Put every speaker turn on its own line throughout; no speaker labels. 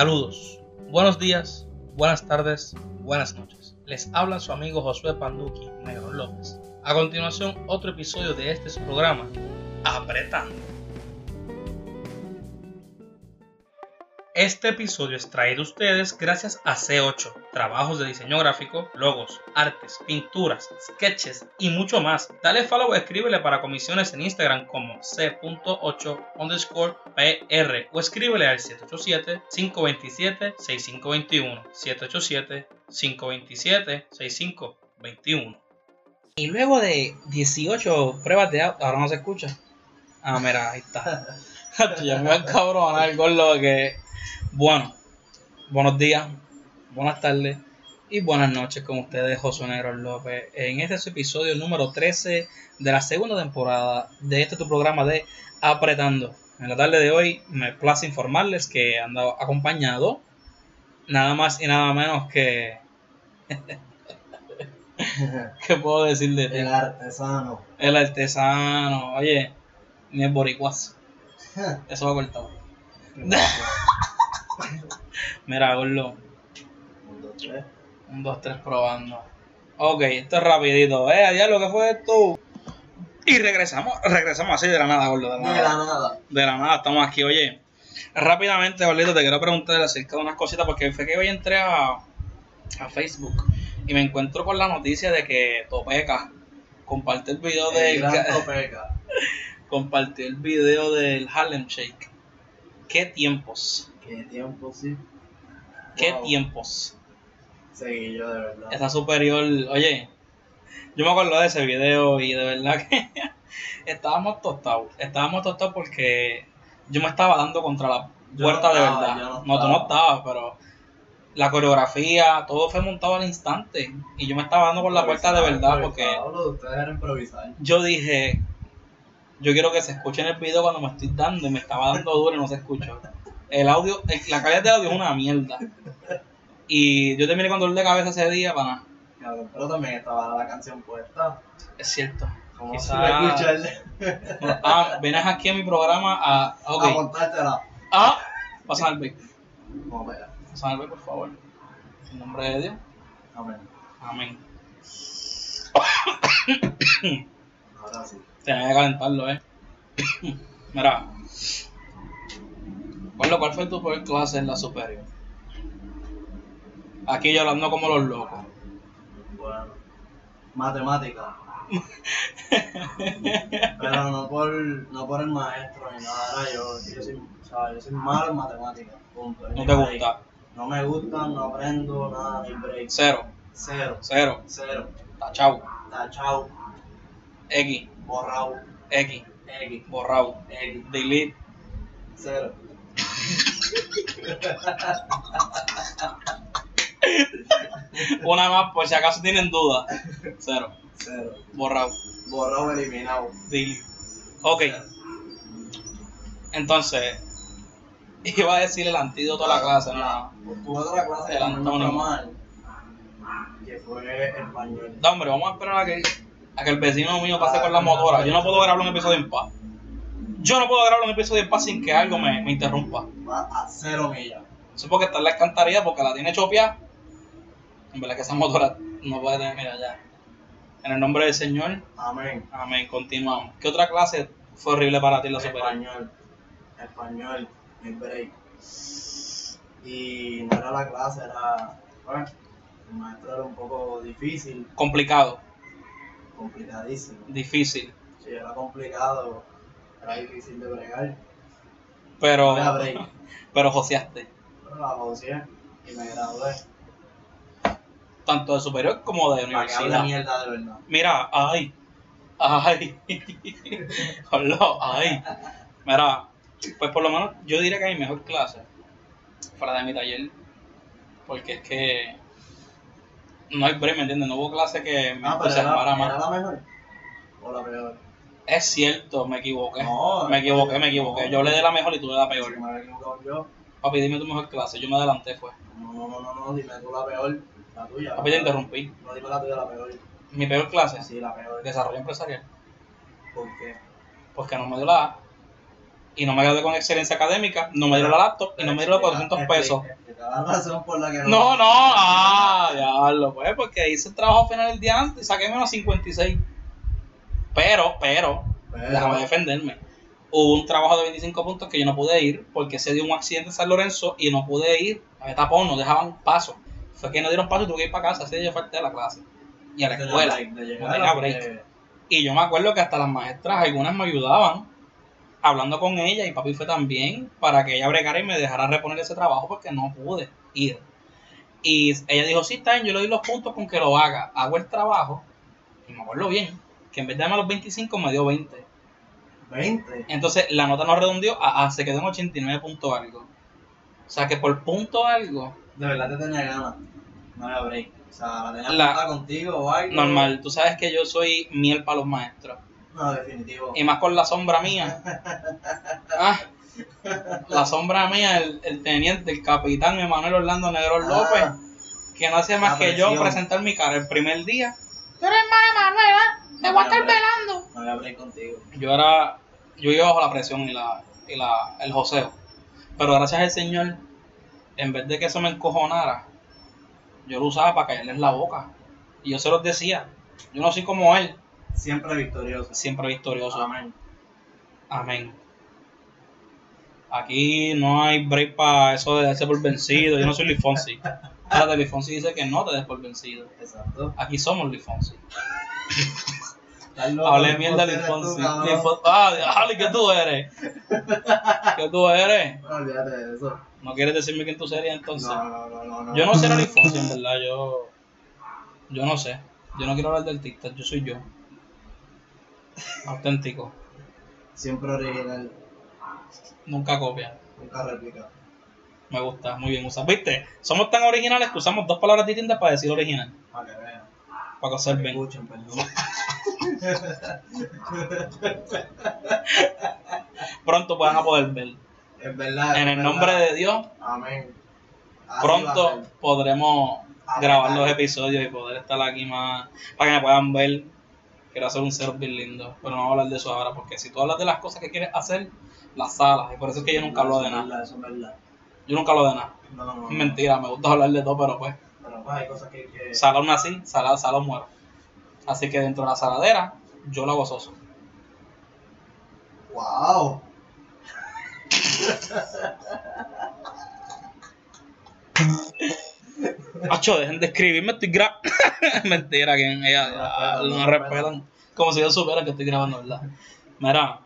Saludos, buenos días, buenas tardes, buenas noches. Les habla su amigo Josué Panduqui Negro López. A continuación, otro episodio de este su programa, Apretando. Este episodio es traído a ustedes gracias a C8, trabajos de diseño gráfico, logos, artes, pinturas, sketches y mucho más. Dale follow o escríbele para comisiones en Instagram como C.8 underscore PR o escríbele al 787-527-6521. 787-527-6521.
Y luego de 18 pruebas de audio, ahora no se escucha. Ah, mira, ahí está. ya me va a encabronar con lo que. Bueno, buenos días, buenas tardes y buenas noches con ustedes, José Negro López. En este es su episodio número 13 de la segunda temporada de este tu programa de Apretando. En la tarde de hoy me place informarles que han dado acompañado nada más y nada menos que. ¿Qué puedo decir de ti?
El artesano.
El artesano, oye, ni el boricuazo. Eso va cortado. Mira, gordo.
Un, dos, tres.
Un, dos, tres probando. Ok, esto es rapidito. Eh, diablo, ¿qué fue esto? Y regresamos, regresamos así de la nada, gordo. De la
De la
nada,
nada.
de la nada estamos aquí, oye. Rápidamente, gordito, te quiero preguntar acerca de unas cositas, porque fue que hoy entré a, a Facebook y me encuentro con la noticia de que Topeca comparte el video
El
de
gran Topeca.
compartió el video del Harlem Shake. ¿Qué tiempos?
Qué tiempo, sí.
¿Qué
Wow.
tiempos?
Seguí yo, de verdad.
Está superior. Oye, yo me acuerdo de ese video y de verdad que estábamos tostados. Estábamos tostados porque yo me estaba dando contra la
Yo
puerta
no
de
estaba,
verdad.
yo
no,
no
tú no
estaba.
estabas, pero la coreografía, todo fue montado al instante. Y yo me estaba dando por la puerta de verdad
Improvisado,
porque
Hablo de ustedes era improvisar.
yo dije, yo quiero que se escuche en el video cuando me estoy dando y me estaba dando duro y no se escuchó. El audio, el- la calidad de audio es una mierda. Y yo terminé con dolor de cabeza ese día para nada.
Cabrón, Pero también estaba la canción puesta.
Es cierto.
Como
Quizá-
si la escucharle.
Ah, vienes aquí a mi programa a. ah,
A
Ok.
montártela.
Ah, pásame el beat.
No, mira.
Pásame el beat, por favor. En nombre de Dios.
Amén.
Amén.
Ahora sí.
Tenía que calentarlo, eh. Mira. Con lo cual fue tu peor clase en la superior. Aquí yo hablando como los locos.
Bueno. Matemática. Pero no por, no por el maestro ni nada. Era yo, yo, soy, o sea, yo soy malo en matemáticas. Punto.
No te gusta.
No me gusta, no aprendo nada, ni break.
Cero,
Cero,
cero,
cero,
tachau,
tachao,
X,
borrao,
X,
X,
borrado,
X,
delete,
cero.
una más por si acaso tienen dudas. Cero,
Cero.
borrado,
Borrao eliminado.
delete. Ok. Entonces, iba a decir el antídoto a la clase, no.
Tuve otra clase que
El
también me fue
antónimo.
mal. Que fue español.
No, hombre, vamos a esperar a que, a que el vecino mío pase con la motora. Yo no puedo grabar un episodio en paz. Yo no puedo grabar un episodio en paz sin que algo me, me interrumpa.
Va a cero millas.
Eso es porque está en la alcantarilla, porque la tiene chopeada. En verdad que esa motora no puede tener, mira ya. En el nombre del Señor,
Amén.
amén, continuamos. ¿Qué otra clase fue horrible para ti la superior?
español. Español. Mi break. Y no era la clase, era. Bueno, el maestro era un poco difícil,
Complicado,
complicadísimo.
difícil,
Sí, era complicado, era difícil de bregar.
pero,
Era break,
pero joseaste.
pero la joseé y me gradué.
Tanto de superior como de
Para que hable
universidad.
mierda de verdad.
Mira, ay, ay, Hola, ay. Mira, pues por lo menos yo diría que mi mejor clase fuera de mi taller, porque es que no hay break, ¿me entiendes? No hubo clase que me
Ah, pero
entusiasmara
era,
más.
era la mejor. O la peor.
Es cierto, me equivoqué.
No,
me equivoqué, me equivoqué. Yo le di la mejor y tú le la
Si
peor.
me había equivocado yo.
Papi, dime tu mejor clase, yo me adelanté fue.
No, no, no, no, no, dime tú la peor. La tuya.
Papi, te interrumpí.
No dime la tuya, la peor.
Mi peor clase,
Sí, la peor.
desarrollo empresarial, pues
¿Por qué?
porque no me dio la A. y no me gradué con excelencia académica, no me dieron la laptop y no me
Ah,
dieron los 400
este,
pesos.
La razón por la que
No, no, ah, diablo, pues, porque hice el trabajo final el día antes y saqué menos 56. Pero, pero,
Pero-
déjame defenderme. Hubo un trabajo de 25 puntos que yo no pude ir porque se dio un accidente en San Lorenzo y no pude ir. Había tapón, no dejaban paso. Fue que no dieron paso y tuve que ir para casa, así que yo falté a la clase y a la
de
escuela.
break, de llegar
No
a
tenía
la-
break.
de-
Y yo me acuerdo que hasta las maestras, algunas me ayudaban hablando con ella y papi fue también para que ella bregara y me dejara reponer ese trabajo porque no pude ir. Y ella dijo, sí, está bien, yo le doy los puntos con que lo haga. Hago el trabajo y me acuerdo bien que en vez de darme los 25 me dio 20.
20.
Entonces la nota no redondeó, a, a- se quedó en 89 puntos algo. O sea que por punto algo,
De verdad te tenía ganas. No había break. O sea, la tenía
La-
apuntada contigo o algo.
normal, tú sabes que yo soy miel para los maestros.
No, definitivo.
Y más con la sombra mía. Ah, la sombra mía, el, el teniente, el capitán Emanuel Orlando Negro López,
Ah,
que no hacía más
la
que yo
presión.
presentar mi cara el primer día.
Te voy a estar velando. No había break contigo.
Yo era, yo iba bajo la presión y la, y la, el joseo. Pero gracias al Señor, en vez de que eso me encojonara, yo lo usaba para callarles la boca. Y yo se los decía, yo no soy como él,
Siempre victorioso.
siempre victorioso.
Amén.
Amén. Aquí no hay break para eso de darse por vencido. Yo no soy Luis Fonsi. Ahora Luis Fonsi dice que no te des por vencido.
Exacto.
Aquí somos Luis Fonsi.
Estás loco,
Hablé mierda de
eres
Luis
tú,
Fonsi.
cabrón.
Luis Fon- Ah, diablo, ¿qué tú eres? ¿Qué tú eres?
No, olvídate de eso.
¿No quieres decirme quién tú serías entonces?
No, no, no, no, no.
Yo no sé Luis Fonsi, en verdad. Yo, yo no sé. Yo no quiero hablar de artistas. Yo soy yo. Auténtico.
Siempre original.
Nunca copia.
Nunca replica.
Me gusta, muy bien usas. ¿Viste? Somos tan originales que usamos dos palabras distintas para decir original,
Para que vean.
para que
Me
observen.
escuchen, perdón.
Pronto van a poder ver.
Es verdad.
En el
es Pues, verdad.
nombre de Dios,
Amén. Así va a
pronto
ser.
podremos
Así va
grabar
a
los
ser.
episodios y poder estar aquí más, para que me puedan ver. Quiero hacer un setup bien lindo, pero no voy a hablar de eso ahora, porque si tú hablas de las cosas que quieres hacer, las salas, y por eso es que yo nunca hablo de
Eso es
nada.
verdad, Eso es verdad.
Yo nunca hablo de nada.
No, no, no.
Es mentira, me gusta hablar de todo, pero pues,
Pero pues hay cosas que. que...
sala aún así, sala, sala muero. Así que dentro de la saladera, yo la gozoso.
¡Wow!
Acho, dejen de escribirme, estoy grabando. Mentira, que
Ah,
ella ah,
No respetan,
no,
no
respetan. Como si yo supiera que estoy grabando, ¿verdad? Mira.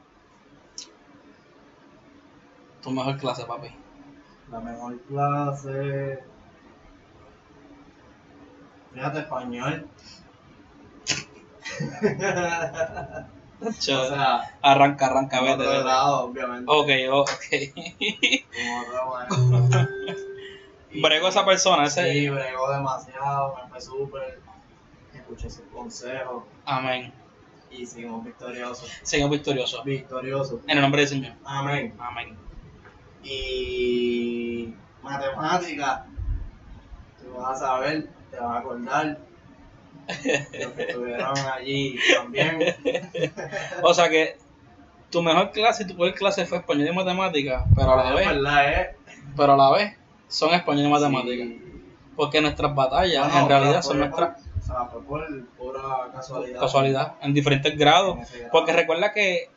Tu mejor clase, papi.
La mejor clase. Fíjate español.
Acho,
O sea,
arranca, arranca,
como
vete.
otro
vete.
grado, obviamente.
Ok, ok.
Como otro maestro. Y-
Brego esa persona, ese.
Sí, bregó demasiado, me fue súper. Escuché sus consejos
Amén.
y seguimos victoriosos.
Señor victorioso.
Victoriosos.
En el nombre del Señor.
Amén.
Amén.
Y matemática, tú vas a saber, te vas a acordar. Los que estuvieron allí también.
O sea que tu mejor clase y tu peor clase fue español y matemática, pero a la
Es
vez,
verdad, ¿eh?
pero a la vez son español y matemática.
Sí.
Porque nuestras batallas
Bueno,
en realidad
fue
son
por-
nuestras
O sea, fue por pura casualidad.
casualidad en diferentes grados.
En ese grado.
Porque recuerda que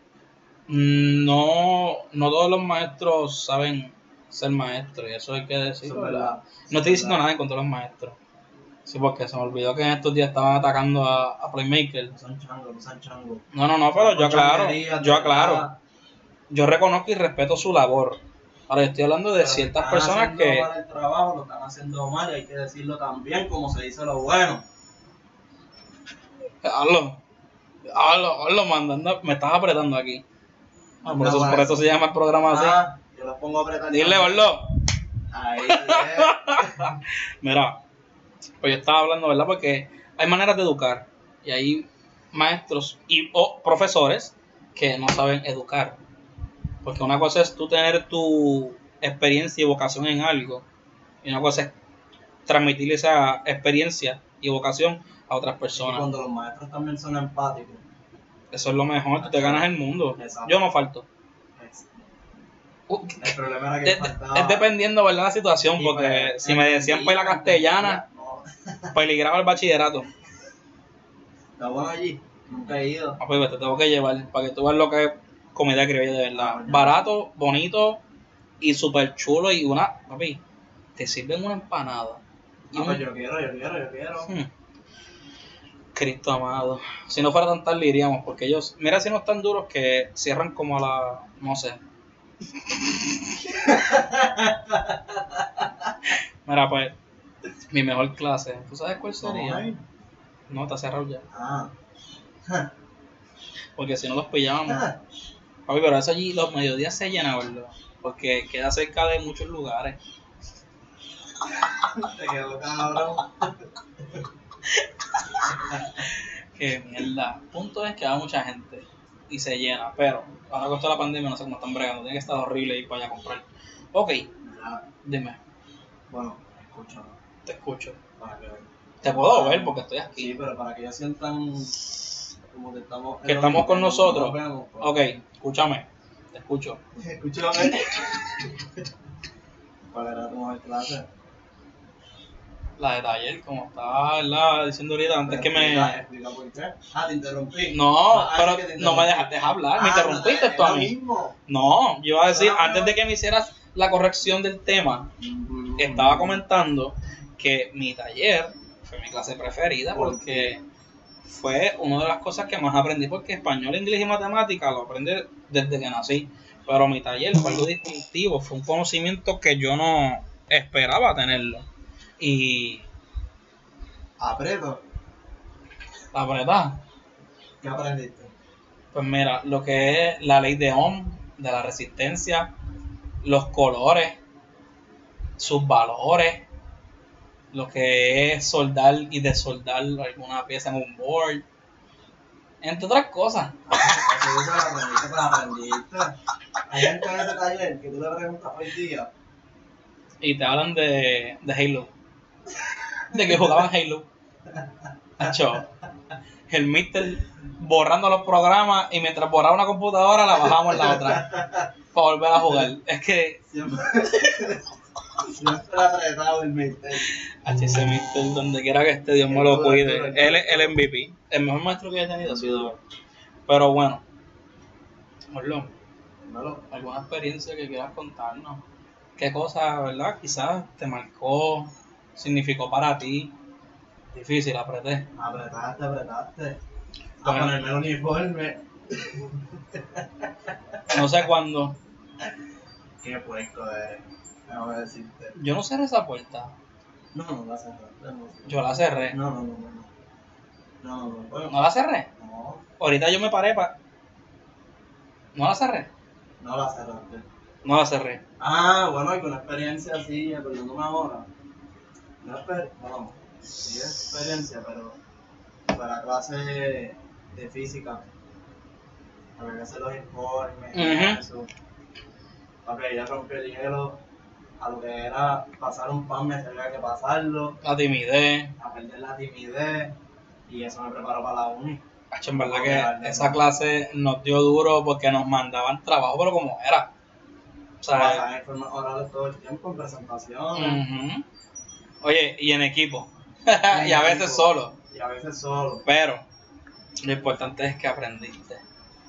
mm, no, no todos los maestros saben ser maestros, y eso hay que
Eso es
decirlo. ¿verdad?
verdad.
No estoy diciendo nada en contra de los maestros. Sí, porque se me olvidó que en estos días estaban atacando a, a Playmaker.
No son changos, no son changos.
No, no, no, pero yo
Son
aclaro,
changuerías,
yo
de
aclaro.
verdad.
Yo reconozco y respeto su labor. Ahora, yo estoy hablando de
Pero
ciertas
están
personas
haciendo
que...
mal el trabajo, lo están haciendo mal y hay que decirlo también como se dice lo bueno.
Hablo. Hablo, hablo, mandando. Me estás apretando aquí. Ah, por,
No,
eso,
para
por eso se llama el programa así.
Ah, yo los pongo a apretar.
Dile, Orlo.
Ahí, eh.
Mira, pues yo estaba hablando, ¿verdad? Porque hay maneras de educar. Y hay maestros y, o profesores que no saben educar. Porque una cosa es tú tener tu experiencia y vocación en algo. Y una cosa es transmitir esa experiencia y vocación a otras
Y
personas.
cuando los maestros también son empáticos.
Eso es lo mejor, tú te ganas el mundo.
Exacto. Uh,
Yo no falto.
es-
cu-
este, El problema era que
es,
faltaba.
es dependiendo, ¿verdad? La situación,
Sí,
porque
pues,
si me decían pues la castellana,
No,
peligraba el bachillerato.
Está bueno allí. Nunca he ido.
Ah, pues, pues, te tengo que llevar para que tú veas lo que es comida criolla de verdad. Barato, bonito y súper chulo. Y una, papi, te sirven una empanada. Y
No,
un-
pues yo quiero, yo quiero, yo quiero.
Hmm. Cristo amado. Si no fuera tan tarde iríamos, porque ellos, mira si no están duros que cierran como a la, no sé. mira, pues, mi mejor clase, ¿tú sabes cuál sería?
Ay.
No, está cerrado ya.
Ah.
Porque si no los pillábamos.
Ah.
Papi, pero eso allí los mediodías se llena, ¿verdad? Porque queda cerca de muchos lugares.
Te quedó cabrón.
Que mierda. Punto es que va mucha gente y se llena, pero ahora con toda la pandemia no sé cómo están bregando. Tiene que estar horrible ir para allá a comprar. Ok,
Mira,
dime,
Bueno, escúchame.
te escucho.
Para que...
Te puedo ver porque estoy aquí.
Sí, pero para que ellos sientan como que estamos.
Que estamos con nosotros.
Nos vemos, pues.
Ok, escúchame, te escucho.
Escúchame. ¿Cuál era tu mejor clase?
La de taller, como estaba ¿verdad? diciendo ahorita antes que
Explica,
me...
explica por qué. Ah, te interrumpí.
No,
Ah, es que
pero no
te
me
interrumpí.
dejaste hablar, me
Ah,
interrumpiste
no,
tú a
es lo
mí.
mismo.
No, yo iba a decir,
Ah.
antes de que me hicieras la corrección del tema, estaba comentando que mi taller fue mi clase preferida
¿Por
porque fue una de las cosas que más aprendí porque español, inglés y matemática lo aprendí desde que nací. Pero mi taller fue algo distintivo, fue un conocimiento que yo no esperaba tenerlo. Y
Aprendo.
la verdad,
¿Qué aprendiste?
pues mira, lo que es la ley de Ohm, de la resistencia, los colores, sus valores, lo que es soldar y desoldar alguna pieza en un board, entre otras cosas.
Ah, Aprendiste, aprendiste, pues, aprendiste. Hay gente en ese taller que tú le preguntas hoy día.
Y te hablan de, de Halo, de que jugaban Halo. Acho, el mister borrando los programas y mientras borraba una computadora la bajábamos en la otra para volver a jugar. Es que
Siempre. siempre apretado el mister.
HC Mister, donde quiera que esté, Dios me lo
Seguro,
cuide.
seguro.
Él es el MVP. El mejor maestro que he tenido ha sido él. Pero bueno, Orlón,
No lo-
¿alguna experiencia que quieras contarnos? ¿Qué cosa, verdad? Quizás te marcó, significó para ti. Difícil, apreté.
Apretaste, apretaste. A
Bueno.
ponerme el uniforme.
No sé cuándo.
Qué puerco eres. Tengo que decirte.
Yo no cerré esa puerta.
No, no la cerraste. No, sé.
Yo la cerré.
no, no, no. No, no, no. No,
¿No la cerré?
no,
Ahorita yo me paré para... ¿No la cerré?
no la cerraste.
No la cerré.
Ah, bueno, alguna experiencia así, acordándome ahora. No exper bueno, sí es experiencia, pero para clase de física. Había que hacer los informes,
Ujú.
eso. Para que ella rompió el hielo, a lo que era pasar un pan me tenía que pasarlo,
La timidez.
a perder la timidez, y eso me preparó para la uni.
Hacho, en verdad
No,
que
no, no,
esa
no.
clase nos dio duro porque nos mandaban trabajo, pero como era. O sea,
Pasar informes orales pues, todo el tiempo en
Mm.
presentaciones,
ujú. oye, y en equipo.
En
y a veces
equipo.
solo.
y a veces solo.
Pero lo importante es que aprendiste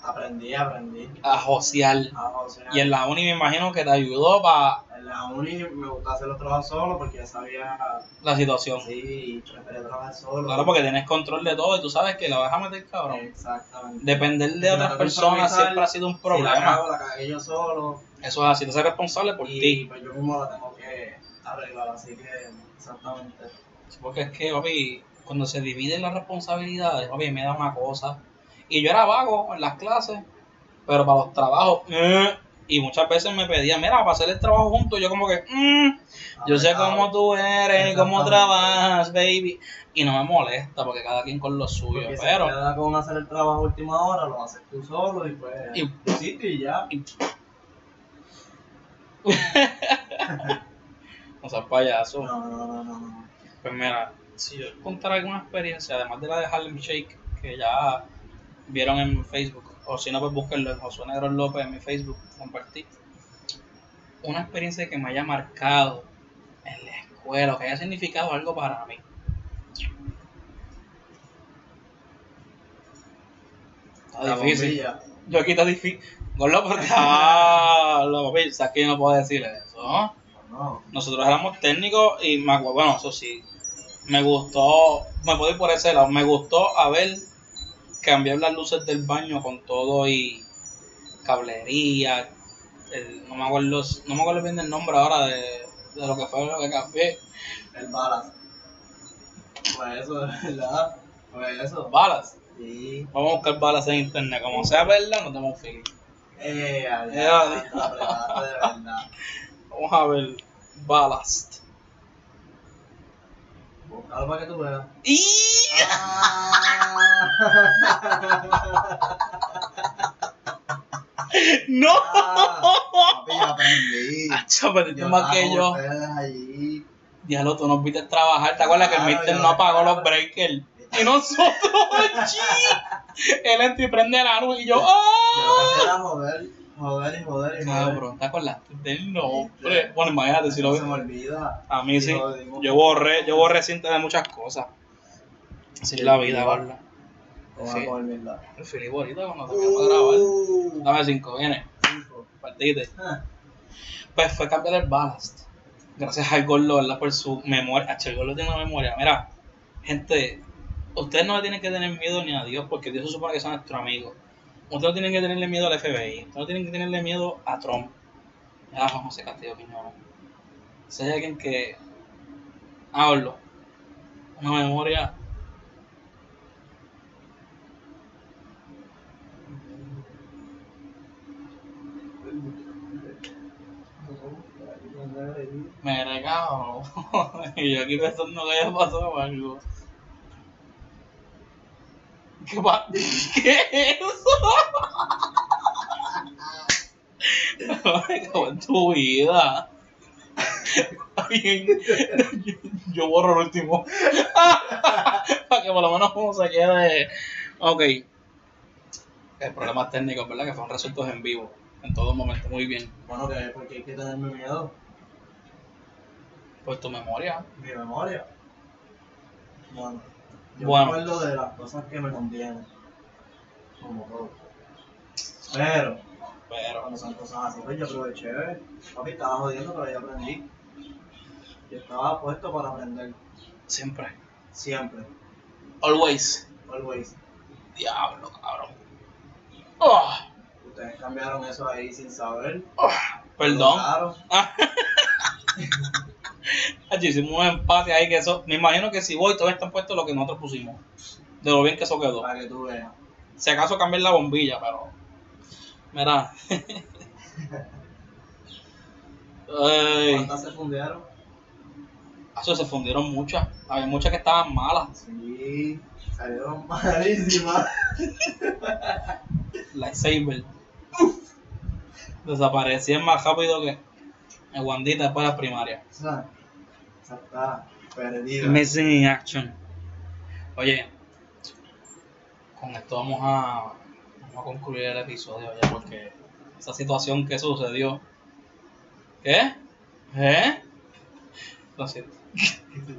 Aprendí, aprendí.
a josear.
Ah, o sea,
Y en la uni me imagino que te ayudó para
En la uni me gustaba hacer los trabajos solo porque ya sabía,
la situación.
sí, prefería trabajar solo.
Claro, porque tienes control de todo y tú sabes que la vas a meter cabrón.
Exactamente.
Depender de
Si la
otras
tengo que
personas
improvisar,
siempre ha sido un
Si la
problema.
cago, la cagué yo solo.
Eso es así, tú eres responsable por
y
ti.
pues yo mismo la tengo que arreglar, así que exactamente.
Porque es que, papi, cuando se dividen las responsabilidades, papi, me da una cosa. Y yo era vago en las clases, pero para los trabajos, eh, y muchas veces me pedían, mira, para hacer el trabajo juntos, yo como que, mm, yo sé
Apretado.
cómo tú eres, y cómo
Exactamente.
trabajas, baby. Y no me molesta, porque cada quien con lo suyo,
Porque si te
pero...
da con hacer el trabajo a última hora, lo haces tú solo y pues
Y-
lo hiciste y ya.
O sea, payaso.
No, no, no, no, no.
Pues mira, si yo contara alguna experiencia, además de la de Harlem Shake, que ya vieron en Facebook, o si no, pues búsquenlo en Josué Negro López en mi Facebook, compartí. una experiencia que me haya marcado en la escuela o que haya significado algo para mí. Está
La
difícil.
bombilla.
Yo aquí está difícil. Gordo, porque. Ah, lo papi, sabes que yo no puedo decir eso.
No,
Nosotros éramos técnicos y me acuerdo, bueno, eso sí. Me gustó, me puedo ir por ese lado, me gustó haber cambiado las luces del baño con todo y cablería, el- no, me acuerdo, no me acuerdo bien del nombre ahora de, de lo que fue lo que cambié,
el balas. Pues eso, ¿verdad? Pues eso.
balas.
Sí.
Vamos a buscar balas en internet, como sea verdad, nos damos feliz.
Eh,
Eh,
allá,
adiós.
te preparaste de verdad.
Vamos a ver, balas.
Búscalo para que tú veas.
Y
Ah.
no,
Ah, papi, aprendí.
Acho, perdiste
Yo
más que
estaba
yo.
con ustedes allí.
Diablo, tú nos viste trabajar. ¿Te acuerdas que el
Claro,
mister
yo-
no apagó los breakers? Y nosotros, allí. Él entra y prende la luz y yo, ¡ah!
Yo era joder, joder y joder y joder.
Cabrón, ¿te acuerdas del nombre? Bueno, imagínate si lo
No se me
ves.
olvida.
A mí sí.
Yo digo-
Yo borré, yo borré cinta de muchas cosas. Así es la vida, ¿verdad?
Como
Sí.
a comer mierda.
El Filipe ahorita cuando sacamos a grabar.
Uh,
Uh. Dame cinco, viene.
cinco.
Partiste.
Ah,
Pues fue cambiar el ballast. Gracias al Gordo, ¿verdad? Por su memoria. Hasta el Gordo tiene una memoria. Mira, gente, ustedes no le tienen que tener miedo ni a Dios, porque Dios se supone que son nuestros amigos. Ustedes no tienen que tenerle miedo al FBI. Ustedes no tienen que tenerle miedo a Trump. Y a Juan José Castillo Quiñones. Si hay alguien que hablo, una memoria. Me recago. y yo aquí pensando que haya pasado algo. ¿Qué, pa- ¿Qué es eso? Me cago en tu vida. Bien, yo, yo borro el último. Para que por lo menos uno se quede. Ok. El problema técnico, ¿verdad? Que fueron resueltos en vivo. En todo momento. Muy bien.
Bueno, que porque hay que tenerme miedo.
Por tu memoria.
Mi memoria. Bueno. Yo
Bueno.
me acuerdo de las cosas que me convienen. Como todo. Pero, pero
Pero.
cuando son cosas así, pues yo aproveché. Papi estaba jodiendo, pero yo aprendí. Yo estaba puesto para aprender.
Siempre.
Siempre.
Always.
Always.
Diablo, cabrón. Ah,
Ustedes cambiaron eso ahí sin saber.
perdón.
Claro.
Allí Hicimos un empate ahí que eso. Me imagino que si voy, todavía están puestos lo que nosotros pusimos. De lo bien que eso quedó.
Para que tú veas.
Si acaso cambiar la bombilla, pero. Mira. Ay,
¿Cuántas se fundieron?
eso se fundieron muchas. Había muchas que estaban malas.
Sí, salieron malísimas.
lightsaber. Desaparecían más rápido que el guandita después de la primaria.
O sea, esa está perdida.
Missing in action. Oye, con esto vamos a, vamos a concluir el episodio ya porque esa situación que sucedió. ¿Qué? ¿Eh? Lo siento.
Pero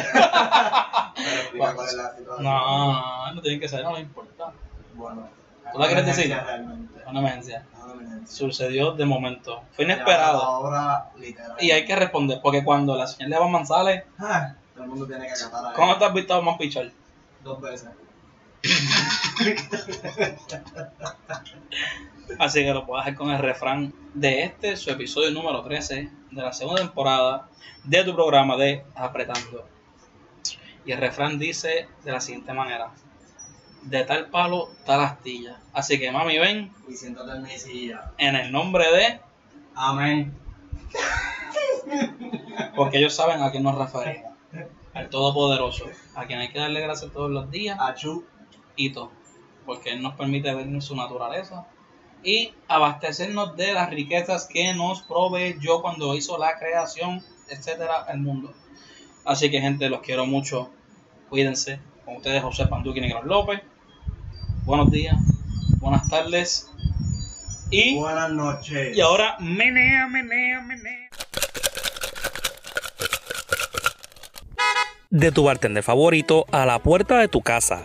explica cuál es la situación.
No, no tienen que ser, no les importa.
Bueno.
¿Tú la quieres
emergencia
decir?
Realmente.
Una emergencia.
Una emergencia.
Sucedió de momento. Fue
Ya,
inesperado.
Ahora, literal.
Y hay que responder, porque cuando la señal de Batman sale,
Ah, Todo el mundo tiene que acatar a
¿cómo
él.
te has visto a Batman pichar?
Dos veces.
Así que lo puedo dejar con el refrán de este, su episodio número 13 de la segunda temporada de tu programa de Apretando. Y el refrán dice de la siguiente manera: De tal palo, tal astilla. Así que, mami, ven
Y siéntate en mi silla.
en el nombre de.
Amén.
Porque ellos saben a quién nos referimos: al Todopoderoso, a quien hay que darle gracias todos los días.
Achú.
hito, porque Él nos permite ver su naturaleza y abastecernos de las riquezas que nos proveyó cuando hizo la creación, etcétera, el mundo. Así que, gente, los quiero mucho. Cuídense. Con ustedes, José Panduqui Negro López. Buenos días, buenas tardes
Y,
Buenas noches.
y ahora menea, menea, menea. De tu bartender favorito a la puerta de tu casa.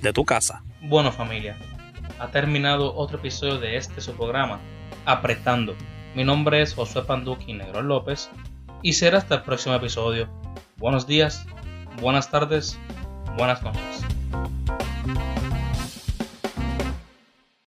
de tu casa. Bueno familia, ha terminado otro episodio de este su programa, Apretando. Mi nombre es Josué Panduqui Negrón López y será hasta el próximo episodio. Buenos días, buenas tardes, buenas noches.